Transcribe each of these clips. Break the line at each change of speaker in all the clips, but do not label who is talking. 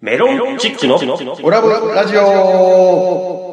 メロンチックの
オラブラジオ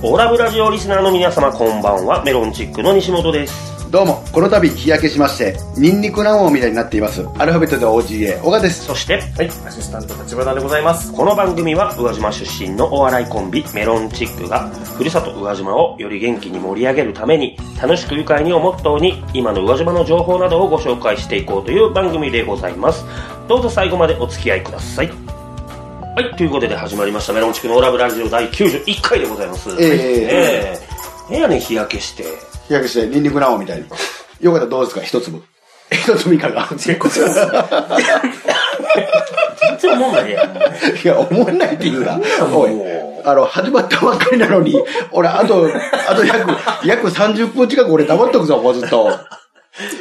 オラブラジオリスナーの皆様こんばんは、メロンチックの西本です。
どうも、この度日焼けしまして、ニンニク卵みたいになっています。アルファベットで OGA、小賀です。
そして、
はい、アシスタント立花でございます。
この番組は宇和島出身のお笑いコンビメロンチックがふるさと宇和島をより元気に盛り上げるために楽しく愉快にをモットーに今の宇和島の情報などをご紹介していこうという番組でございますどうぞ最後までお付き合いくださいはいということで始まりましたメロンチックのオラブラジオ第91回でございます
ええ
ええねやねん日焼けして
日焼けして、ニンニク卵みたいに。よかったらどうですか一粒。 一粒いかが
全然思んないやんもう
いや、思んないって言うな。おい、あの、始まったばっかりなのに、俺、あと、あと約、約30分近く俺黙っとくぞ、もうずっ と。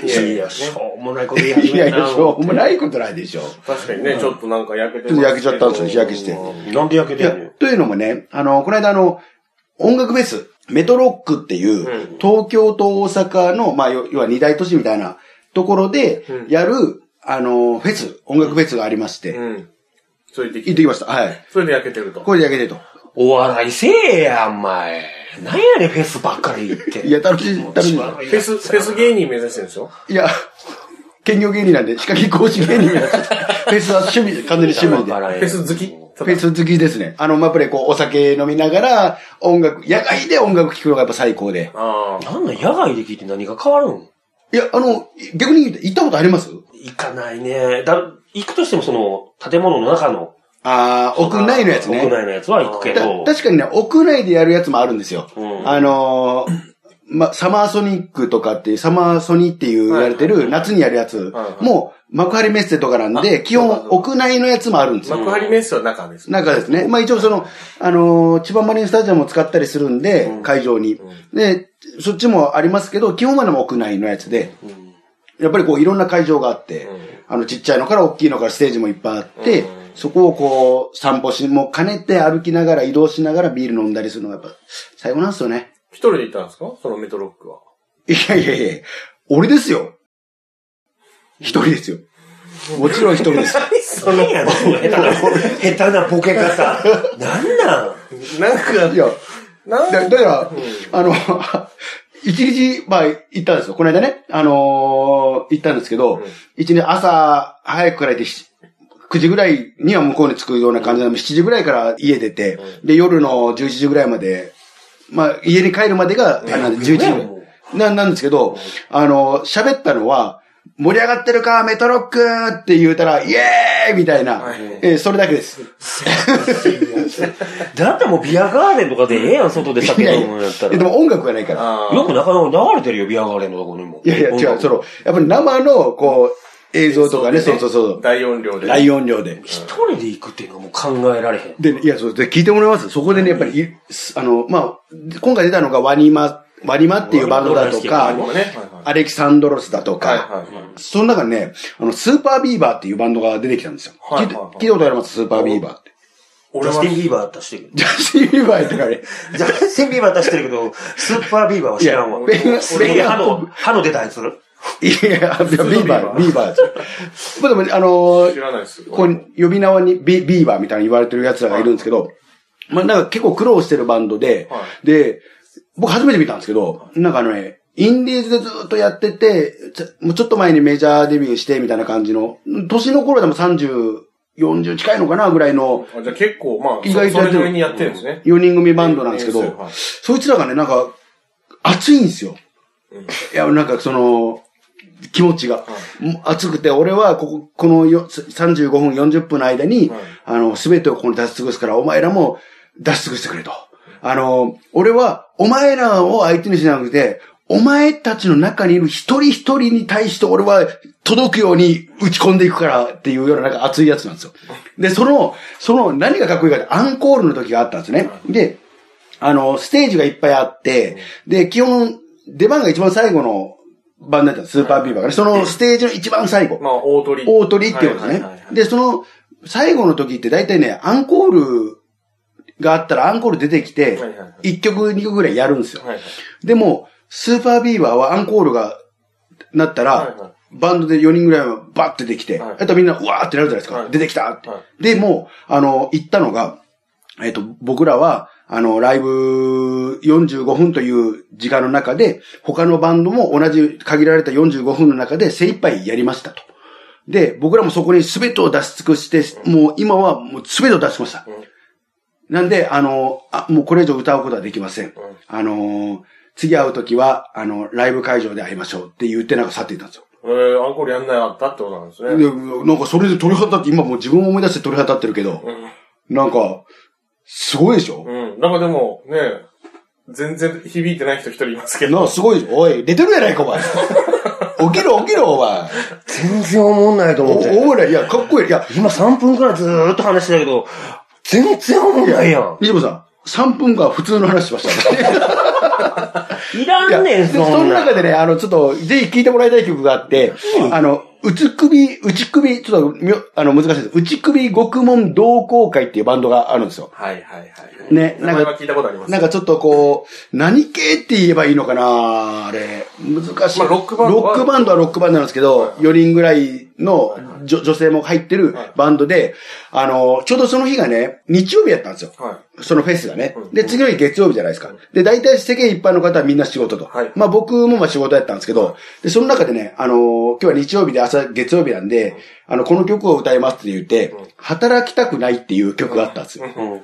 い
い
や
や
い
い
や、
や、
ね
し、ょうもないこと言い
い
始
や
め
い
た
や、
な。
しょうもないことないでしょ。
確かにね、ちょっとなんか焼けて
ちょっと焼けちゃったんですよ日焼けして
なんで焼け
い
て
や
んのよ。、
というのもね、あの、この間あの、音楽フェス、メトロックっていう、
うん
東京と大阪の、まあ、要要は二大都市みたいなところで
う、ん
やる、あの、フェス、音楽フェスがありまして、
うん。それで
行ってきました。はい。
それで焼けてると。
これで焼けて
お笑いせえや、お前。なんやねん、フェスばっかり言っ
と。
て。
いや、楽しい、楽しい。
フェス、フェス芸人目指してるんでしょ
いや、兼業芸人なんで、仕掛け講師芸人に なっちゃった。フェスは趣味、完全に趣味で。
フ
フェス好き
フェス好きですね。あの、まあやっぱりこう、お酒飲みながら、音楽、野外で音楽聴くのがやっぱ最高で。
ああ。
なんだ、野外で聞いて何が変わるん
いや、あの、逆に言うと行ったことあります
行かないね。だ、行くとしてもその、建物の中の、
ああ、屋内のやつね。
屋内のやつは行くけ
た
ど。
確かにね、屋内でやるやつもあるんですよ。
うん
あのーま、サマーソニックとかっていう、サマーソニーっていう言われて
はいは
る
いはい
夏にやるやつ
はいはい
もう幕張メッセとかなんで、基
そうか
本
そう
屋内のやつもあるんですよ。
幕張メッセは中です。
なんかですね、まあ、一応その、あのー千葉マリンスタジアムを使ったりするんで、
うん
会場に。で、そっちもありますけど、基本はでも屋内のやつで、
うん
やっぱりこういろんな会場があっ
うん
て、あのちっちゃいのから大きいのからステージもいっぱいあって、
うん
そこをこう散歩し、もう兼ねて歩きながら移動しながらビール飲んだりするのがやっぱ最後なんですよね。
一人で行ったんですかそのメトロックは。
いやいやいや、俺ですよ。一人ですよ。もちろん一人 です。
そ
何やねん、その下手な、下手なボケ 方。なんなん
なん
い
か、
や、
なん
だ
か、
だから、あの、 一日、まあ、行ったんですよ。この間ね、あのー行ったんですけど、一、日朝早くから行って、し9時ぐらいには向こうに着くような感じなので、7時ぐらいから家出て、で、夜の11時ぐらいまで、まあ、家に帰るまでが、あれなんで、11時ぐらい
も
な、なんですけど、あの、喋ったのは、盛り上がってるか、メトロックって言うたら、イエーイみたいな、
はい
えーそれだけです。
だってもうビアガーデンとかでええやん、外で酒飲むんやった
いやで
ら。
も音楽がないから。
あ
よくなかなか流れてるよ、ビアガーデンのとこにも。
いやいや、違う、その、やっぱり生の、こう、映像とかね、そうそうそう。
大音量で。
大音量で。
一人で行くっていうのはもう考えられへん。
でね、いや、そう、で、聞いてもらいます。そこでね、やっぱり、いあの、まあ、今回出たのがワニマ、ワニマっていうバンドだと
ワ
か
ニマ、
ね。はいはい
アレキサンドロスだと
はい
か、
はいはい。
その中にね、あの、スーパービーバーっていうバンドが出てきたんですよ。
はい
聞
はい
いた
はい
聞いたことありますスーパービーバーって。
俺
ジャス
は
ティン・ビーバー出してる。
ジャスティン・ビーバーってかね、
ジャスティン・ビーバー出してるけど、スーパービーバーは知らんわ。
いや俺
すげえ
俺が
歯の、歯の出たやつ。
いや、いやビーバー、ビーバーです よ。まあでも、あのー
知らないです。
こう、呼び名にビビーバーみたいに言われてる奴らがいるんですけど、まあなんか結構苦労してるバンドで、
は
で、僕初めて見たんですけど、なんかあのね、インディーズでずっとやってて、ちょもうちょっと前にメジャーデビューしてみたいな感じの、年の頃でも30、40近いのかなぐらいの
あじゃあ結構、まあ、
意外
そ
とやってる
れなりにやってるんですね。
4人組バンドなんですけど、
うんはい
そいつらがね、なんか、熱いんですよ。いや、なんかその、気持ちが。もう熱くて、俺はここ、このよ35分、40分の間に、
はい
あの、すべてをここに出し尽くすから、お前らも出し尽くしてくれと。あの、俺は、お前らを相手にしなくて、お前たちの中にいる一人一人に対して俺は届くように打ち込んでいくからっていうようななんか熱いやつなんですよ。で、その、その何がかっこいいかってアンコールの時があったんですね。で、あの、ステージがいっぱいあって、で、基本、出番が一番最後の番だったんですスーパービーバーがね。そのステージの一番最後。
まあ、大鳥。
大鳥っていうんですね。
はいはいはいはい
で、その、最後の時って大体ね、アンコールがあったらアンコール出てきて
はいはいはい、
1曲、2曲ぐらいやるんですよ。
はいはい。
でも、スーパービーバーはアンコールが、なったら、
はいはい
バンドで4人ぐらいはバッてできて、
はい
あとみんな、うわーってなるじゃないですか。
はい
出てきたって。
は
で、もう、あの、行ったのが、えっ、と、僕らは、あの、ライブ45分という時間の中で、他のバンドも同じ限られた45分の中で精一杯やりましたと。で、僕らもそこに全てを出し尽くして、もう今はもう全てを出しました。なんで、あの、あもうこれ以上歌うことはできません。あの、次会うときは、あの、ライブ会場で会いましょうって言ってなんか去っていったんですよ。
えー、アンコールやんなかったってことなんですね。
でなんかそれで鳥肌って、今もう自分を思い出して鳥肌立ってるけど、なんか、すごいでしょ、
うん。うん。なんかでも、ね、全然響いてない人一人いますけど。
なあ、すごいよ。おい、寝てるやない か、お前。起きろ、起きろ、お前。
全然思んないと思って。
お、おいら、いや、かっこいい。いや、
今3分くらいずーっと話してたけど、全然思んないやん。
西本さん、3分間普通の話しました。
い
いや
らんねん、
で
そ
その
んな
中。でね、あの、ちょっと、ぜひ聴いてもらいたい曲があって、あの、うち首、うち首、ちょっとみょ、あの、難しいです。うち首獄門同好会っていうバンドがあるんですよ。
はいはいはい。
ね
名前
なん
は聞いたことあります。
なんかちょっとこう、何系って言えばいいのかなあれ、難しい。
まあロックバンドは
ロックバンドはロックバンドなんですけど、4人ぐらいのじょ女性も入ってるバンドで、あの、ちょうどその日がね、日曜日やったんですよ。
は
そのフェスがね
う。ん
で、次の日月曜日じゃないですか。で、大体世間一般の方はみんな仕事と。
はい
まあ僕もまあ仕事やったんですけど、で、その中でね、あのー今日は日曜日で朝月曜日なんで、あの、この曲を歌いますって言って、働きたくないっていう曲があったんですよ。
うん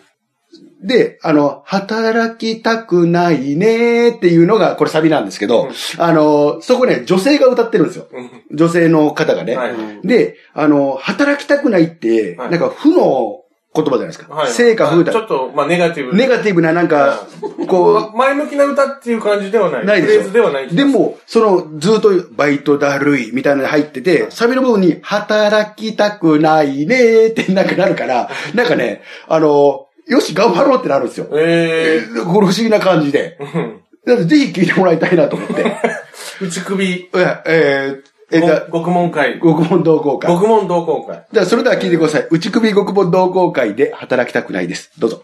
で、あの、働きたくないねーっていうのが、これサビなんですけど、あのーそこね、女性が歌ってるんですよ。女性の方が
い。
ね。
はい。
で、あの、働きたくないって、
はい
なんか負の言葉じゃないですか。
はい。
成果負だ
ちょっと、まあネガティブ。
ネガティブななんか、
ま
こ
前向きな歌っていう感じではない。
う、ない
フ
で
レー
しょ。
ズではない。
で、も、その、ずっとバイトだるいみたいなのに入ってて、サビの部分に、働きたくないねーってなくなるから、なんかね、あの、よし、頑張ろうってなるんですよ。これ
え
不思議な感じで。
ー、うん。
だってぜひ聞いてもらいたいなと思って。
内首、
えー、えー、えー、だ
獄門会。
獄門同好会。
獄門同好会。
じゃあ、それでは聞いてください。内首獄門同好会で働きたくないです。どうぞ。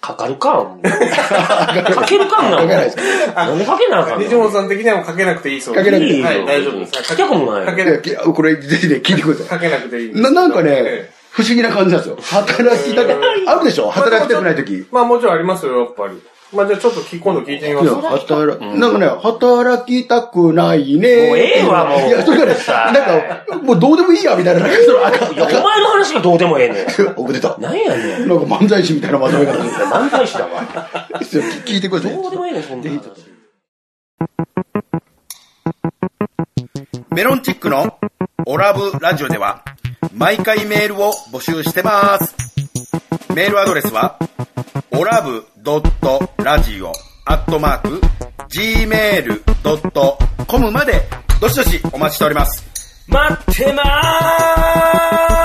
かかるか。かけるかんな。
かけないです
なんでかけなあかんの
西本さん的にはもうかけなくていいそうです
かけなくていい
はい、大丈夫です。
聞きたくもない
かけ
いやきこれ、ぜひね、聞いてください。
かけなくていい。
な、なんかね
ええ、
不思議な感じなんですよ。働きたく、あるでしょ働きたくない時。い
まあもちろんありますよ、やっぱり。まあじゃあちょっとき今度聞いてみま
や、
すよ。
働、なんかね、働きたくないね。
もうええわもう
いや、それからね、なんか、もうどうでもいいや、みたいな、なんかその、あかん
いや、お前の話がどうでもええねん。
あかんおめでとう。
なんやねん。
なんか漫才師みたいなまとめ方で すよ
漫才師だわ。
聞いてください。
どうでもええねん、そんな話。
メロンチックのオラブラジオでは毎回メールを募集してます。メールアドレスはオラブドットラジオアットマーク gmail.com までどしどしお待ちしております。
待ってま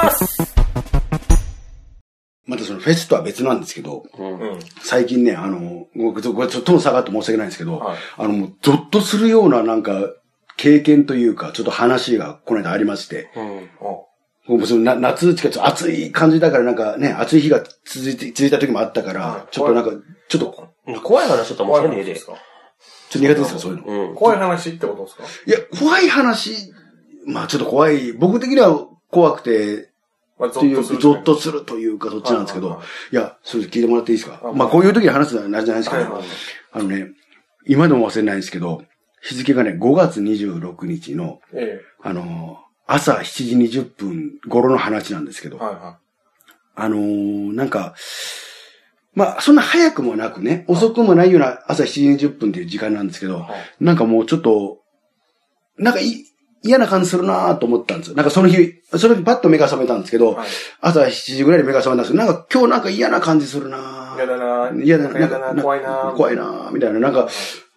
ーす
またそのフェスとは別なんですけど、
うん。
最近ね、あの、ごちょっとトーン下がって申し訳ないんですけど、
はい
あの、もうゾッとするようななんか、経験というか、ちょっと話がこの間ありまして、もうそのな夏近く暑い感じだからなんかね、暑い日が続いて、続いた時もあったから、
はい
ちょっとなんか、ちょっと、ちょっ
うん怖い話だと面
怖い
白いねえ
話
で
で。すか
と苦手ですか、そういうの。
うん。
怖い話ってことですか
いや、怖い話、まあちょっと怖い、僕的には怖くて、
まあ
っ
ゾ
てい
ッと
う、ゾ
する。
ッとするというか、そっちなんですけ
はい
ど
はい、
いや、それ聞いてもらっていいですか
はい
まあこういう時に話すのはなじゃないですけ
はいは
ど
いはい、
あのね、今でも忘れないんですけど、日付がね、5月26日の、
え
あのー、朝7時20分頃の話なんですけ
え
ど、
はいは
あのーなんか、まあ、そんな早くもなくね、遅くもないような朝7時20分っていう時間なんですけど
は、
なんかもうちょっと、なんかい嫌な感じするなーと思ったんですよ。なんかその日、その日パッと目が覚めたんですけど
はい、
朝7時ぐらいに目が覚めたんですけど、なんか今日なんか嫌な感じするなー
嫌だなー
嫌だ
嫌だな
な
ー怖いなー
怖いなーみたいな、なんか、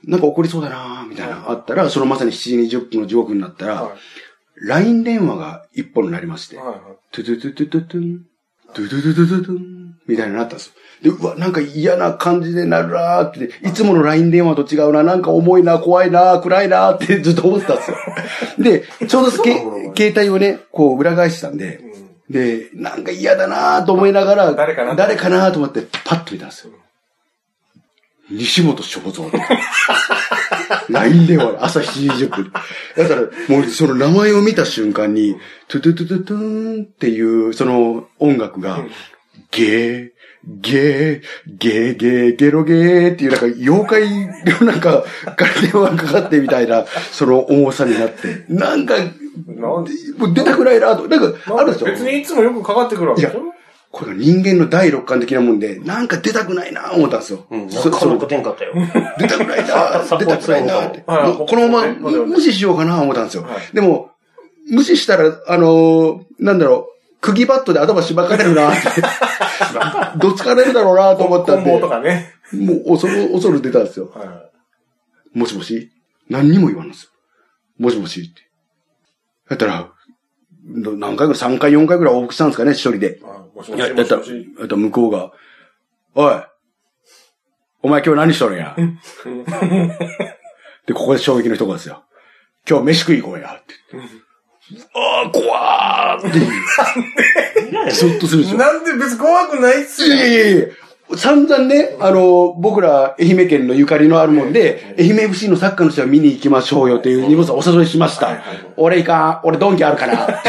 なんか怒りそうだなーみたいな、あったら、そのまさに7時20分の時刻になった
は
ら
い、
LINE 電話が一本になりまして
い。、はいはい。
トゥトゥトゥトゥトゥトゥン、トゥトゥトゥトゥトゥトゥン、みたいになったんですよ。で、うわ、なんか嫌な感じでなるなーって、いつもの LINE 電話と違うな、なんか重いな、怖いな、暗いなー ってずっと思ってたんですよ。で、ちょうどけ携帯をね、こう裏返してたんで、で、なんか嫌だなと思いながら、
誰かな
誰かなと思って、パッと見たんですよ。西本正蔵。LINE 電話で朝7時10分。だから、もうその名前を見た瞬間に、トゥトゥトゥトゥトゥーンっていう、その音楽が、ゲー、ゲー、ゲーゲー、ゲロゲーっていう、なんか、妖怪のなんか、から電話かかってみたいな、その重さになって、なんか、
なんで
もう出たくないなと、なんか、あるでしょ
別にいつもよくかかってくるわけでし
い
ょ
これが人間の第六感的なもんで、なんか出たくないなぁ思ったんですよ。
うん、な
そ
かなか
そ
出んかったよ。
出たくないなぁ
サポ
出
ート
たくないなぁって。
はい
もうこのま
はい
ま無視しようかなぁ思ったんですよ
はい。
でも、無視したら、あのー、なんだろう、釘バットで頭しばかれるなぁって。どつかれるだろうなぁと思った
コン
んで、
ボと
も
かね。
う恐る、恐る出たんですよ。
は
もしもし何にも言わんのですよ。もしもしって。だったら、ど何回ぐらい、3回、4回ぐらい往復したんですかね、一人で。
い。あもし
い
も
や、
し、
だ
も
った
し
ら
もし。、
だったら向こうが、おい、お前今日何しとる んや。で、ここで衝撃の一言ですよ。今日飯食い行こうや。って言って。ああ、怖ーって。そっとするでしょ。い
なんで別に怖くないっすよ。
やいやいや散々ね、あの、僕ら愛媛県のゆかりのあるもんで、愛媛 FC のサッカーの人は見に行きましょうよという、ニボさんお誘いしました。俺行かん、俺ドンキある から。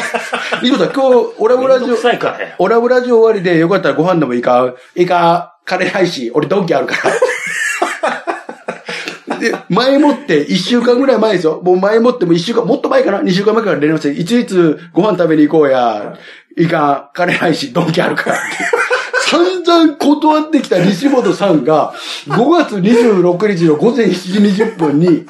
ニボさん今日、俺も
め
ラ
んど
ジ
く
オ、
さいからや。
オラブラジオ終わりでよかったらご飯でもいいかいいか金ないし、俺ドンキあるから。で、前もって、一週間ぐらい前ですよ。もう前もって、もう一週間、もっと前かな二週間前から連絡して、いついつご飯食べに行こうや。いいか金ないし、ドンキあるから。散々断ってきた西本さんが、5月26日の午前7時20分に、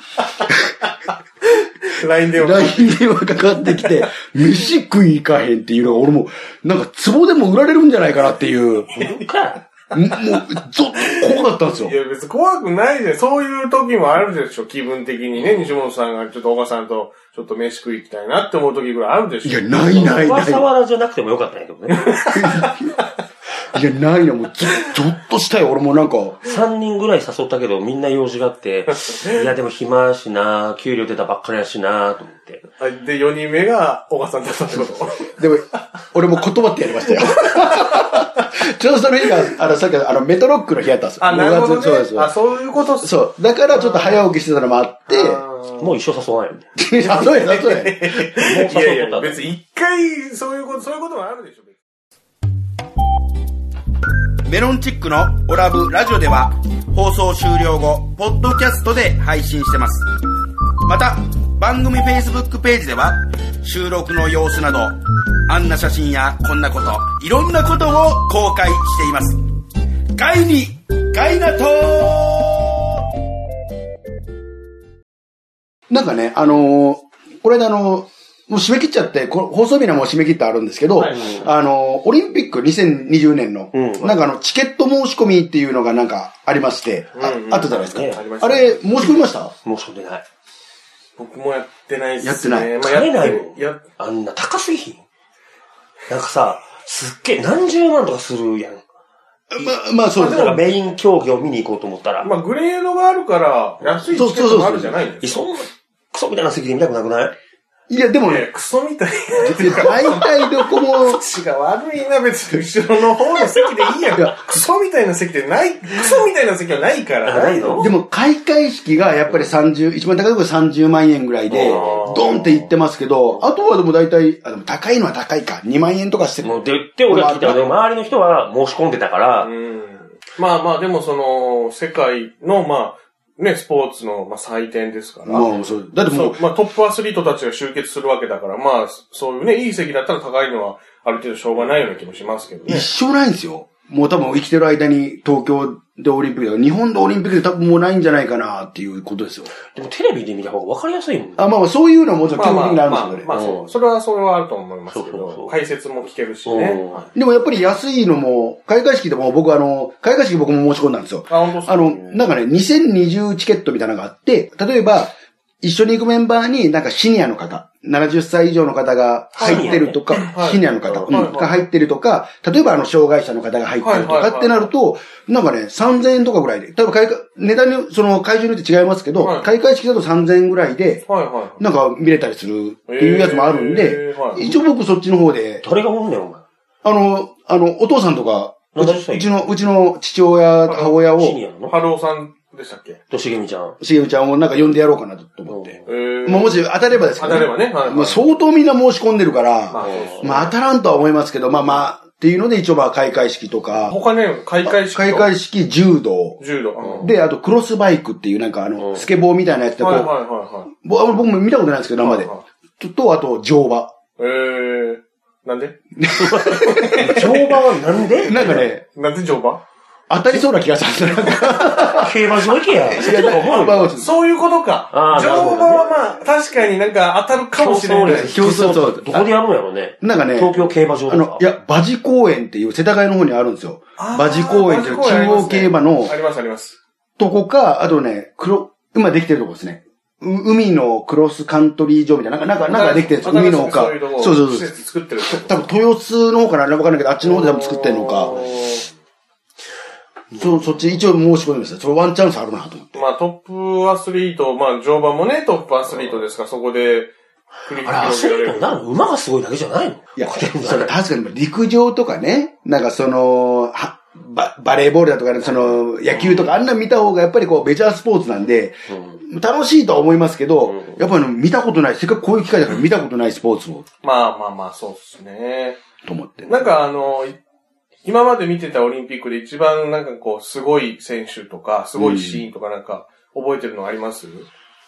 LINE で
LINE 電話かかってき て、飯食い行かへんっていうのが、俺も、なんか、壺でも売られるんじゃないかなっ ていう。
出るか。
もう、ちょっと怖かったんですよ
い。や、別に怖くないで、そういう時もあるでしょ、気分的にね。西本さんが、ちょっとおばさんと、ちょっと飯食い行きたいなって思う時ぐらいあるでしょ。
いや、ないない
小
な
笠原じゃなくてもよかったんやけどね。
い。いや、ないな、もう、ちょ、ちょっとしたよ、俺もなんか。
3人ぐらい誘ったけど、みんな用事があって、いや、でも暇やしな、給料出たばっかりやしな、と思って。
あで、4人目が、おばさんだったってこと。
でも、俺も断ってやりましたよ。ちょうどその日が、あの、さっきの、あの、メトロックの日やったんですよ。
あ、なるほど、ね。
そうです
あ、そういうことっすね
そう。だから、ちょっと早起きしてたのもあって、
もう一生誘わないよね。
誘 え、誘え。
も
いう
誘
やい
っと
や、
った
別に一回、そういうこと、そういうこともあるでしょ、別に
メロンチックのオラブラジオでは放送終了後、ポッドキャストで配信してます。また、番組 Facebook ページでは収録の様子など、あんな写真やこんなこと、いろんなことを公開しています。ガイに、ガイナトー
なんかね、あのーこれであのーもう締め切っちゃって、こ放送日にはもう締め切ってあるんですけど、
はい
あのーオリンピック2020年の、
うん
なんかあの、チケット申し込みっていうのがなんかありまして、あ,、
うんうん
ったじゃないですか。
ね
ありました
あれ、申し込みました
もうそんでない。
僕もやってないっすね。
や
ま
ってない
あ、
買えない
や
よ
って、や、。
あんな高すぎひん。なんかさ、すっげえ何十万とかするやん。
まあ、まあそう
だ
で
か
す
らメイン競技を見に行こうと思ったら、
まあ、グレードがあるから、安いチケットもあるじゃないんです
いそんなクソみたいな席で見たくなくない
いや、でも
か。い
ね、
や、クソみたい
いや大体どこも、
口が悪いな、別に。後ろの方の席でいいやん。
いや
クソみたいな席でない、クソみたいな席はないから。
あないの
でも開会式がやっぱり30、一番高いところ30万円ぐらいで
あ、ー
ドンっていってますけど、あとはでも大体、あ、でも高いのは高いか。2万円とかしてる。
もうで言って俺は聞いたけど、周りの人は申し込んでたから、
うん。まあまあ、でもその、世界の、まあ、ね、スポーツの、まあ、祭典ですから。
もうそう。だっても
そうう、、まあトップアスリートたちが集結するわけだから、まあ、そういうね、いい席だったら高いのは、ある程度しょうがないような気もしますけどね
一。生ないんですよ。もう多分生きてる間に東京でオリンピックだから、日本でオリンピックで多分もうないんじゃないかなっていうことですよ。
でもテレビで見た方が分かりやすいもんね。
あ、まあまあそういうのはもちろん
まあ
基
ま
本
あ、
的に
ま
あ
あ
るんですよ、ね
まあ、そう。それは、それはあると思いますけ
そうそうそ
ど
う、
解説も聞けるし
うん
ね。はい
でもやっぱり安いのも、開会式でも僕あの、開会式僕も申し込んだんですよ。
あ、本当っすか
あの、なんかね、2020チケットみたいなのがあって、例えば、一緒に行くメンバーになんかシニアの方、70歳以上の方が入ってるとか、
はい
シニアの方、
はい
うんが入ってるとか、例えばあの、障害者の方が入ってると
はいはい
か
はい
ってなると、なんかね、3000円とかぐらいで、多分開会、値段に、その会場によって違いますけど、
はい
開会式だと3000円ぐらいで、
はいはい。
なんか見れたりするっていうやつもあるんで、
えーはい
一応僕そっちの方で、
誰がおんねん、お前。
あの、あの、お父さんとか、う
70歳
ちうちの、うちの父親、母親
シニ
を、
アなの
ハローさんでしたっけ
としげみちゃん。
しげみちゃんをなんか呼んでやろうかなと思って。
えー
まあ、もし当たればですけ
当
ど、
たればね。はい
まあ、相当みんな申し込んでるから、
まあそうそう
まあ当たらんとは思いますけど、まあまあ、っていうので一応まあ開会式とか、
他ね、開会式と。
開会式柔道、
柔道。うん
で、あとクロスバイクっていうなんかあ
う
の、
ん
スケボーみたいなやつでこ、
はいはいうは
ぼ僕も見たことないんですけど、
いは
生
い。
で。ちょっと、あと、乗馬。
えー、なんで
乗馬はなんで
なんかね、
なんで乗馬
当たりそうな気がする。なんか
競馬場行けや。
いやだまあまあ
そういうことか。
あーな
乗
るほどね
馬はまあ、確かになんか当たるかもしれない。
競争率
どこでやるんやろうね。
なんかね、
東京競馬場
あ
とか
の、い。や、馬事公園っていう、世田谷の方にあるんですよ。
あー
馬事公園っていう
馬事公園あり
中
ます
央
ね
競馬の
ありますあります。
とこか、あとね、黒、今できてるとこですね。う海のクロスカントリー場みたいな、なんか、なんか、なんかできてるんですよ。海の丘。
そういうのを
そうそう
施
そう。
設作ってるってこと。
多分、豊洲の方からわかんないけど、あっちの方で多分作ってるのか。
おー
そ、そっち一応申し込みました。それワンチャンスあるなと思って。
まあトップアスリート、まあ乗馬もね、トップアスリートですから、そこで繰り
あれ、ア
広
スリ
げら
ー
れ
ト
る。
なの馬がすごいだけじゃないの
いや、
これ
それ確かに陸上とかね、なんかその、はババレーボールだとかね、その、野球とかあんな見た方がやっぱりこう、メジャースポーツなんで、楽しいとは思いますけど、やっぱりあの見たことない、せっかくこういう機会だから見たことないスポーツを、
まあまあまあ、そうですね。
と思って。
なんかあの、い今まで見てたオリンピックで一番なんかこう、すごい選手とか、すごいシーンとかなんか、覚えてるのあります、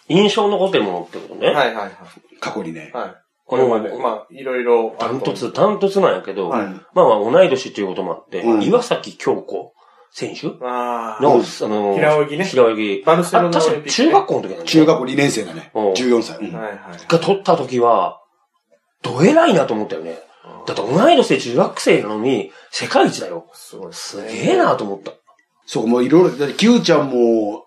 印象に残ってるものってことね。
はいはいはい。
過去にね。
はい。これまで、
うん
まあ、いろいろあ
ダ
る
ン
と
ト
思
ツ、
う。
ダントツなんやけど、
はい
まあまあ同い年ということもあって、
うん
岩崎京子選手
ああ。
の、
う
あ
ん
の、
平泳ぎね
平泳ぎ。
バルセロナ
あ確かに中学校の時なんだよ
中学校2年生だね。
うん
14歳。うん
はいはい。
が取った時は、どえらいなと思ったよね。だって同い年で中学生なのに、世界一だよ。
すごいです
す
ね。
げえなと思った。
そう、もういろいろ、だって、キューちゃんも、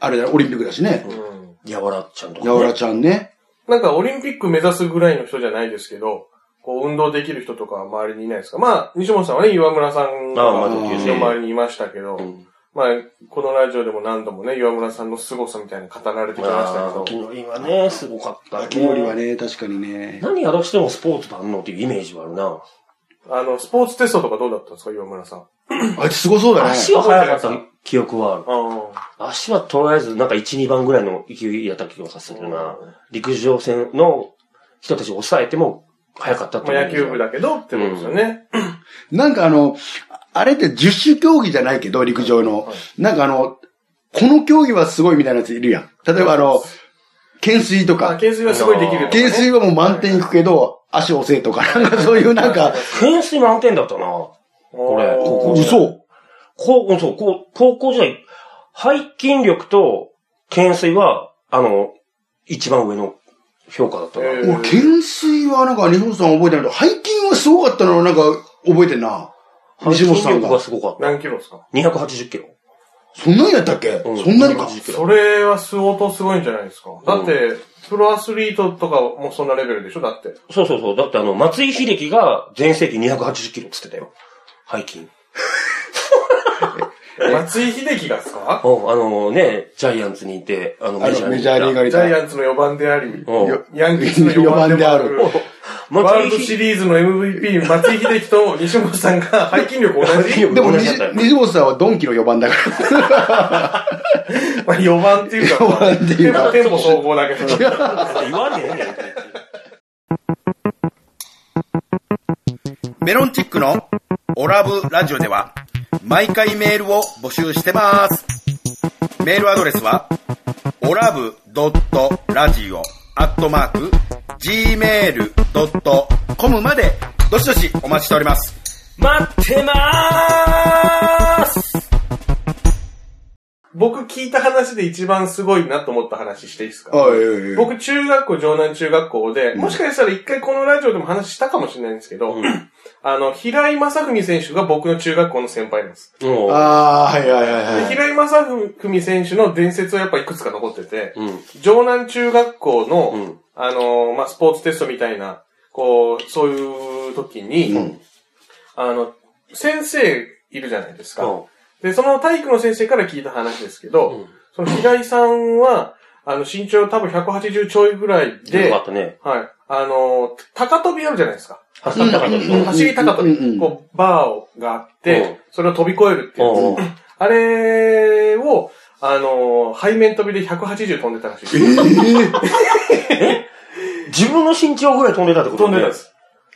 あれだ、オリンピックだしね。
うん。
やわらちゃんとか、ね。
やわらちゃんね。
なんかオリンピック目指すぐらいの人じゃないですけど、こう運動できる人とかは周りにいないですかまあ、西本さんはね、岩村さん
ああま
が
あ
同級
私
生
の周りにいましたけど、
うん
まあ、このラジオでも何度もね、岩村さんの凄さみたいなの語られてきました
まあ、
けど、
昨日はね、すごかった、ね。
秋森はね、確かにね。
何やらしてもスポーツ万能っていうイメージはあるな。
あの、スポーツテストとかどうだったんですか、岩村さん。あ
あいつすごそうだね。
足は速かった記憶はある。
あ。
足はとりあえずなんか1、2番ぐらいの勢いやった気がするな。陸上戦の人たちを抑えても速かったって
まあ、野球部
だ。
だけどってことですよね。
なんかあの、あれって十種競技じゃないけど、陸上の。なんかあの、この競技はすごいみたいなやついるやん。例えばあの、懸垂と
まあ、
か。
懸垂はすごいできるとか、ね。
懸垂はもう満点いくけど、足押せとか、なんかそういうなんか、
懸垂満点だったな。これここ
嘘。
高校、そう、こう高校時代、背筋力と懸垂は、あの、一番上の評価だったな。
えー
俺、懸垂はなんか西本さん覚えてないけど、背筋はすごかったのなんか覚えてんな。
背
西本さ
筋力
んが
が。すごかった。
何キロですか
280キロ。
そんなんやったっけ
う
そんなにか。
280キロ
それは相当すごいんじゃないですか。だって、プロアスリートとかもそんなレベルでしょだって。
そうそうそう。だってあの、松井秀喜が全盛期280キロっつってたよ。背筋。
松井秀喜がですか
うん、あのね、ジャイアンツにいて、あの、
あの、メジャーリーガー
ジ
に
ャイ
さ
アンツの4番であり、
ーうん。
ヤンキースの4番である。ワールド
松井
シ
秀喜、
リーズの MVP、松井秀喜と西本さんが背筋力同じ。
でも
同じだ
西
ったよ、
西本さんはドンキの4番だから。
まあ4番っていうか、まあ
四番っていうか
テンポ総合だけど。
言わねえねん。
メロンチックのオラブラジオでは毎回メールを募集してます。メールアドレスはオラブドットラジオアットマーク gmail.com までどしどしお待ちしております。
待ってまーす
僕聞いた話で一番すごいなと思った話していいですか
おいおいおい
僕、中学校、城南中学校で、もしかしたら一回このラジオでも話したかもしれないんですけど、あの、平井正文選手が僕の中学校の先輩なんです。
もう、
ああ、はいはいはい
で
はい。
平井正文選手の伝説はやっぱいくつか残ってて、
うん。
城南中学校の、
うん
あのーまあ、スポーツテストみたいな、こう、そういう時に、あの、先生いるじゃないですか。
うん
で、その体育の先生から聞いた話ですけど、
うん
その平井さんは、あの、身長多分180ちょいぐらいで、
よかったね。
はい。あの、高飛びあるじゃないですか。
走ったからだと
うんうんうん
走り高跳び、
うんうん
こう、バーをがあって、
うん
それを飛び越えるっていう。
うんうん
あれを、あの、背面飛びで180飛んでたらしいです。
自分の身長ぐらい飛んでたってこと
飛んでたんです。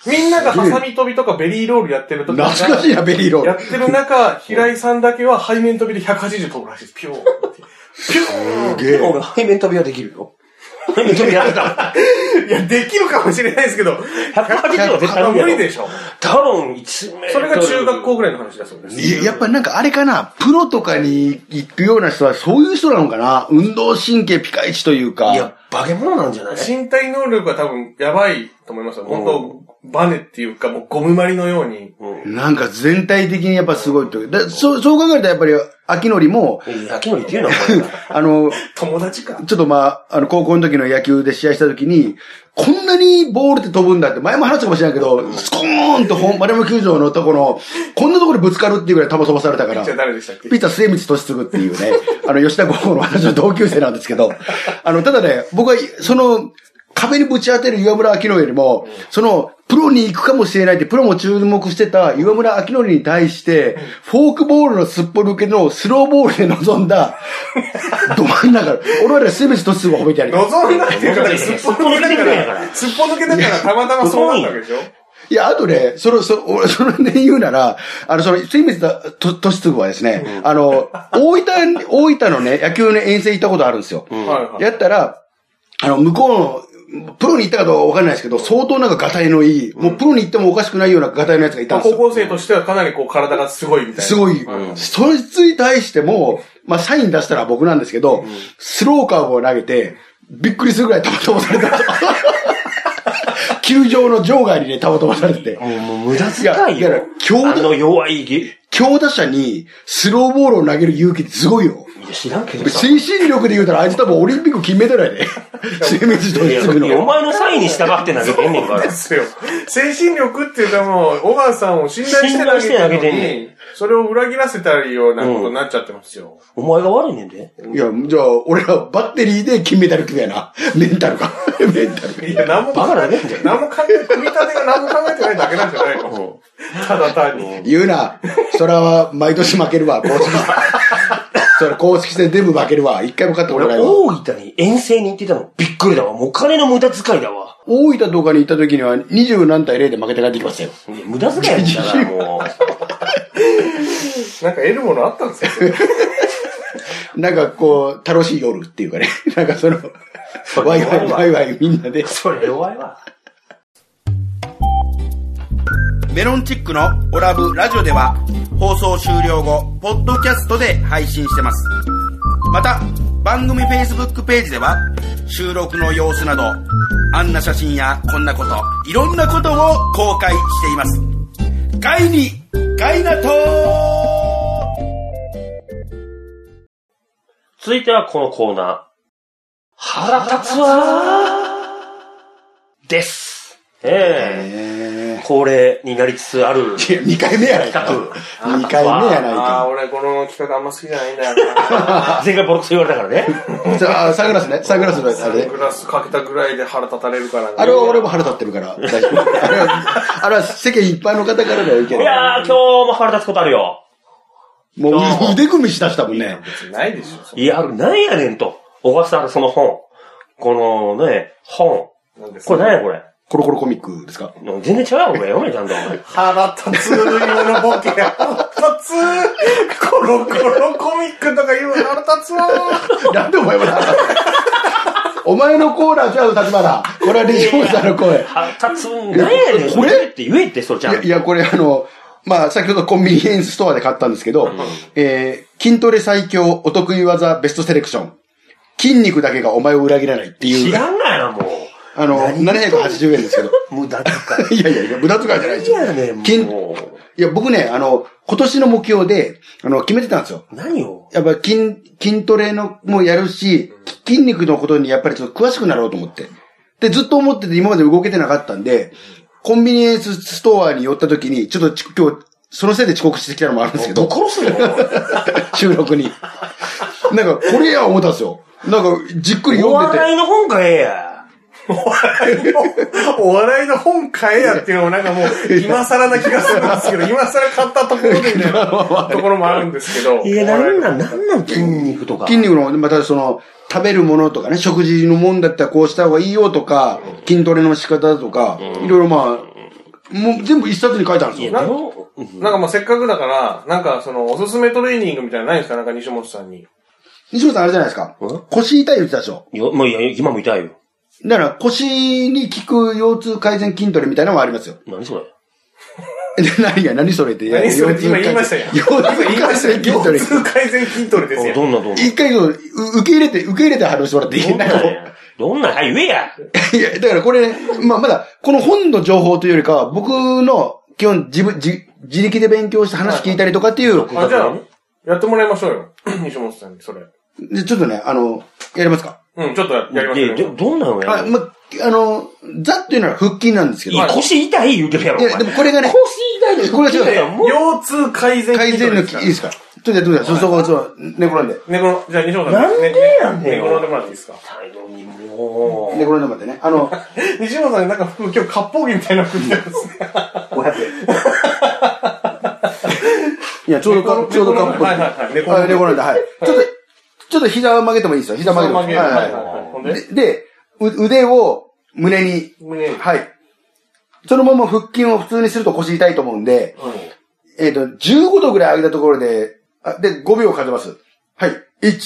みんながハサミ飛びとかベリーロールやってると
懐かしいな、ベリーロ
や
ー
っ。てる中、平井さんだけは背面飛びで180飛ぶらしいです。ピューンって。ピューン
すげえ。
俺、背面飛びはできるよ。背面飛びやってた。
いや、できるかもしれないですけど、
180は絶対
無
無
理
理
で
で
しょ。
多分1メートル。
それが中学校ぐらいの話だそうです。
いややっぱりなんかあれかな、プロとかに行くような人はそういう人なのかな運動神経ピカイチというか。
いや、化け物なんじゃない
身体能力は多分やばいと思いますよ。本当バネっていうか、もうゴムまりのように。
うん。
なんか全体的にやっぱすごいという。だそう、そう考えるとやっぱり、秋のりも、
焼きのりっていうのはこれだ。
あの、
友達か。
ちょっとまあ、あの、高校の時の野球で試合した時に、こんなにボールって飛ぶんだって、前も話したかもしれないけど、スコーンと本、丸山球場のところ、こんなところでぶつかるっていうぐらい球飛ばされたから。
じゃあ誰でしたっけ
ピッチャー末光俊次っていうね、 あの、吉田豪の私の同級生なんですけど、 あの、ただね、僕は、その、壁にぶち当てる岩村明乃よりも、その、プロに行くかもしれないって、プロも注目してた岩村明乃に対して、フォークボールのすっぽ抜けのスローボールで臨んだ、 ど真ん中、俺はね、末光俊次を褒めてやりたい
望んだっていうか、だからすっぽ抜けだ から、すっぽ抜けだから、たまたまそうなったわけでしょ
いや、あとね、その、その、俺、そのね、言うなら、あの、その、水水と、と、としつぶはですね、あの、大分、大分のね、野球の遠征行ったことあるんですよ。
はいはい。
やったら、あの、向こうの、プロに行ったかどうかわかんないですけど、相当なんかガタイのいい、もうプロに行ってもおかしくないようなガタイのやつがいたんです
高
よ。
校生としてはかなりこう体がすごいみたいな。
すごい。
うん
そいつに対しても、まあ、サイン出したら僕なんですけど、スローカーブを投げて、びっくりするぐらいたまたまされたんですよ。球場の場外にね、たまたまされてて。
もう、もう無駄遣い
いやいや
よ。
強打
あの弱いぎ。い
強打者にスローボールを投げる勇気ってすごいよ。
や、知らんけどさ。
精神力で言うたら、あいつ多分オリンピック金メダルやで。精密と
いや、
すぐの。
お前のサインに従って投げてんねんから
で。すよ。精神力っていうかもう、小川さんを信頼して投げて
信頼
る
して投げてん
のに、それを裏切らせたりようなことになっちゃってますよ。
お前が悪いねんで。
いや、じゃあ、俺らバッテリーで金メダル級やな。 メンタルが。メンタル。
いや、何も考
バカだ
え
ね
て、何も考えて、組み立てが何も考えてないだけなんじゃないのただ単に。
言うな。それは、毎年負けるわ、公式。それ、公式戦全部負けるわ。一回も勝ったことな
俺、
いわ。
大分に遠征に行ってたのびっくりだわ。もうお金の無駄遣いだわ。
大分とかに行った時には、二十何対0で負けて帰ってきましたよ。
いや無駄遣いやったから、もう。
なんか得るものあったんですか
なんか、こう、楽しい夜っていうかね。 なんか、その、
それ
ワイワイ、ワイワイ、みんなで。
それ弱いわ。
メロンチックのオラブラジオでは放送終了後、ポッドキャストで配信してます。また、番組フェイスブックページでは収録の様子など、あんな写真やこんなこと、いろんなことを公開しています。ガイに、ガイナトー
続いてはこのコーナー。腹立つわーです。ええ
え
恒例になりつつある
ー、2回目やないか
企画。。
2回目やない
ああ、
か。
俺この企画あんま好きじゃないんだよな。
前回ボロクソ言われたから ね。
さあ、サングラスね。サングラスの
サ
あれ
ン
ね
グ。ラスかけたぐらいで腹立たれるからね。
あれは俺も腹立ってるから、大丈夫。あれは、あれは世間一般の方からの意見
いやー、今日も腹立つことあるよ。
もう腕組みしだしたもんね。
別にないでしょそん
いや、なんやねんと。小笠原その本。このね、本。
な。なんです
これ何やこれ。
コロコロコミックですか
全然違うわ、これ。読めちゃんと。
腹立つ、今のボケ。腹立つ。コロコロコミックとか言うの腹立つわ。
なんでお前も腹立つお前のコーナーちゃう、立花。これはリジモンさんの声。
腹立つん何やねん。
これ
言えって言えって、それちゃ
い
ん
や、いやこれあの、まあ、先ほどコンビニエンスストアで買ったんですけど、えー、筋トレ最強お得意技ベストセレクション。筋肉だけがお前を裏切らないって
知
いう。
らんがやな、もう。
あの、780円ですけど。
無駄遣い。
いやいやいや、無駄遣いじゃないですよ。
何やねん、
筋
も
いや、僕ね、あの、今年の目標で、あの、決めてたんですよ。
う。 何を
やっぱ筋、筋トレの、もやるし、筋肉のことにやっぱりちょっと詳しくなろうと思って。で、ずっと思ってて今まで動けてなかったんで、コンビニエンスストアに寄った時に、ちょっとち今日、そのせいで遅刻してき たのもあるんですけ
ど
ど
う、殺すの
収録に。なんか、これや思ったんですよ。なんか、じっくり
お
読んで
笑
て。
いの本かええや。
お笑いの、お笑いの本買えやっていうのもなんかもう、今更な気がするんですけど、今更買ったところでみたいなところもあるんですけど。
いや、なんなん、
お笑いの
なんなん筋肉とか。
筋肉の、またその、食べるものとかね、食事のもんだったらこうした方がいいよとか、筋トレの仕方とか、いろいろまあ、もう全部一冊に書いてあるんですよ。
な
なんかもうせっかくだから、なんかその、おすすめトレーニングみたいなのないんですかなんか西本さんに。
西本さんあれじゃないですか
うん。
腰痛い言ってたでしょ。
いや、まあ、いや、今も痛いよ。
だから腰に効く腰痛改善筋トレみたいなのはありますよ。
何それ。
で何が何それって。
何それって今言い
腰痛改
ましたよ。
腰痛改善筋トレ
腰。痛改善筋トレです
あ
よ。
どんなどんな。
一回そうう受け入れて、受け入れて発表してもらってい
ど
い
んな
なんかもう
や。どんなんはい、言えや。
いや、だからこれ、まあ、まだ、この本の情報というよりかは、僕の、基本、自分、自、自力で勉強して話聞いたりとかっていう、
い
あ、じゃあ、やってもらいましょうよ。西本さんに、それ。
でちょっとね、あの、やりますか。
うん、ちょっとややりましょう
で、
よ。
どどんなのや
あ、
る
まあ、あの、ざっていうのは腹筋なんですけ
い
ど、
や、
い
腰痛い言うてるやろ。
や、でもこれがね、
腰痛い
これは違う
いやいやもう
腰痛改善
改
筋ト
善
レ
の、い
で
い
すから
ですかちょっとやってください。そうそう、そう、寝転んで。
寝転、じゃあ西本さん。
なんでやねん
寝寝転んでもらっていいですか
最後にも
寝転んでもらってね。あの、
西本さん、なんか服、今日、割烹着みたいな服着てますね。
う、500円。
いや、ちょうど
寝
か、
転
ちょうどかっこいい。
はいはいはい
寝
寝
転
転
ん
ん
で、
で
はい。ちょっと、ちょっと膝を曲げてもいいですよ。膝曲げてもいいです。
はい
は
はい
いはい。
はい。ほん
で
で、
で、う腕を胸に。
胸に
はい。そのまま腹筋を普通にすると腰痛いと思うんで、えっ、と、15度ぐらい上げたところで、あで、5秒数えます。はい。1、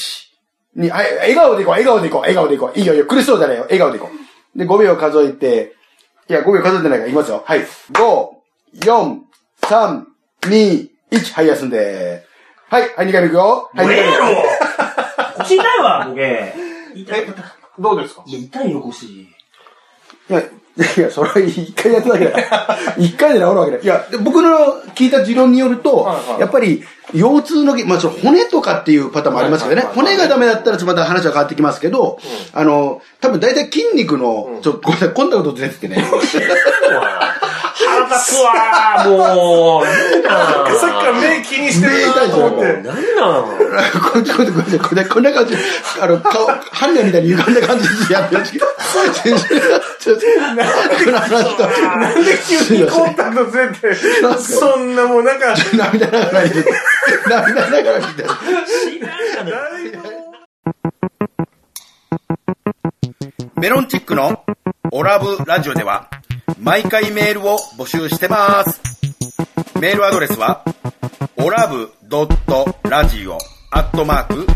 2、はい、笑顔でいこう、笑顔でいこう、笑顔でいこう。いいよいいよ、苦しそうじゃないよ、笑顔でいこう。で、5秒数えて、いや、5秒数えてないから、いきますよ。はい。5、4、3、2、1、はい、休んで。はい、はい、2回目いくよ。はい、2
俺
回
や
目。
ろ腰痛いわ、ボケ。痛い。
どうですか
いや、痛いよ、腰。
いや、いや、それは一回やっただ けだよ。一回で治るわけだよ。いや、で僕の聞いた持論によると、
はいはい
やっぱり、腰痛の原因、まあ、その骨とかっていうパターンもありますよね。
はいはいはい
骨がダメだったら、ちょっとまた話は変わってきますけど、あの、多分大体筋肉の、ちょっとごめんなさい、こんなこと出てきてね。
腹立つわもう。なん
さ
なん
っきから目気にしてるなと思っ
目
て。
なんなん
こんなこと、ごめんなさい、こんなこんな感じ、あの、顔、ハンガーみたいに歪んだ感じでやってるんですけど、先生、ちょっと、この話と、なんで
急にコンタクトずれて、そんなもうなんか、
涙ながらに出て、涙ながらに出て。
だいぶ
メロンチックのオラブラジオでは毎回メールを募集してます。メールアドレスはオラブドットラジオアットマーク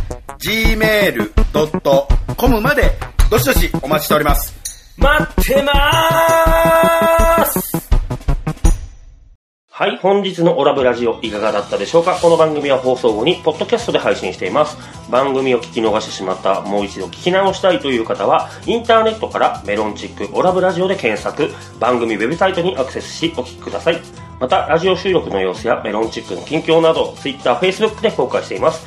gmail.com までどしどしお待ちしております。
待ってまーすはい、本日のオラブラジオいかがだったでしょうかこの番組は放送後にポッドキャストで配信しています。番組を聞き逃してしまった、もう一度聞き直したいという方は、インターネットからメロンチックオラブラジオで検索、番組ウェブサイトにアクセスしお聞きください。また、ラジオ収録の様子やメロンチックの近況など、Twitter、Facebook で公開しています。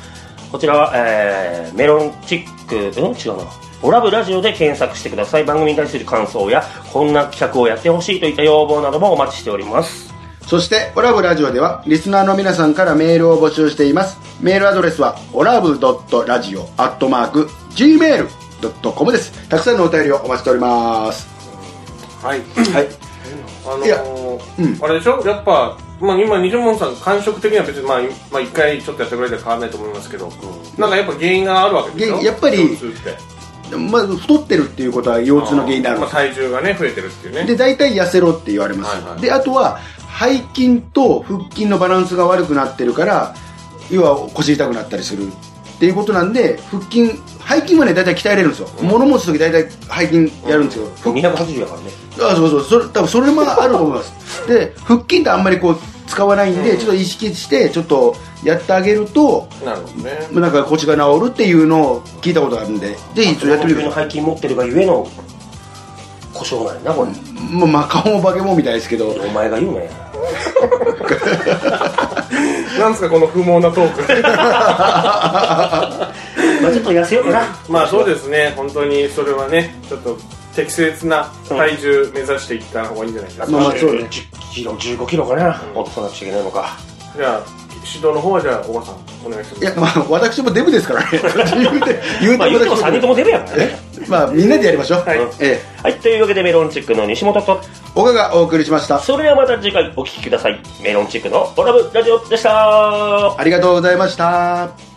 こちらは、えー、メロンチック、うん違うな。オラブラジオで検索してください。番組に対する感想や、こんな企画をやってほしいといった要望などもお待ちしております。
そして、オラブラジオでは、リスナーの皆さんからメールを募集しています。メールアドレスは、オラブドットラジオアットマーク、gmail.com です。たくさんのお便りをお待ちしております。
はい。
はい。
あの
いや
ーあれでしょやっぱ、まあ今、西本さん、感触的には別に、まあ、いまあ一回ちょっとやったぐらいでは変わらないと思いますけど、なんかやっぱ原因があるわけでしょ
ややっぱり
腰痛って
まず、太ってるっていうことは腰痛の原因になるん
ま
で
あ
す。
体重がね、増えてるっていうね。
で、大体痩せろって言われます。
はいはい
で、あとは、背筋と腹筋のバランスが悪くなってるから、要は腰痛くなったりする。っていうことなんで、腹筋、背筋はね、大体鍛えれるんですよ。物持つとき大体背筋やるんですけど、
280やからね。
あそうそうそれ多分それもあると思いま すで腹筋ってあんまりこう使わないんで、ちょっと意識してちょっとやってあげると
なるほどね。
なんか腰が治るっていうのを聞いたことがあるんでぜひちょっとやって
自
みてく
分
だ
の
さい
背筋持ってるがゆえの、故障なんやな、これ。
まあまあ顔も化け物みたいですけど
お前が言うなや。
なんですか、この不毛なトー ク。
まあちょっと痩せようかな。
まあそうですね、本当にそれはね、ちょっと適切な体重目指していった方がいいんじゃないですか。
まあまあそうね
10キロ、15キロかな。落とさなくちゃいけないのか。
じゃあ、指導の方はじゃあ、おばさん、お願いします。
いや、まあ、私もデブですから ね。言うて、言う
まあ、言うても3人ともデブやからね。
えまあ、みんなでやりましょう。
はい
ええ
はい、というわけでメロンチックの西本と、
岡がお送りしました。
それではまた次回お聴きください。メロンチックのオラブラジオでした。
ありがとうございました。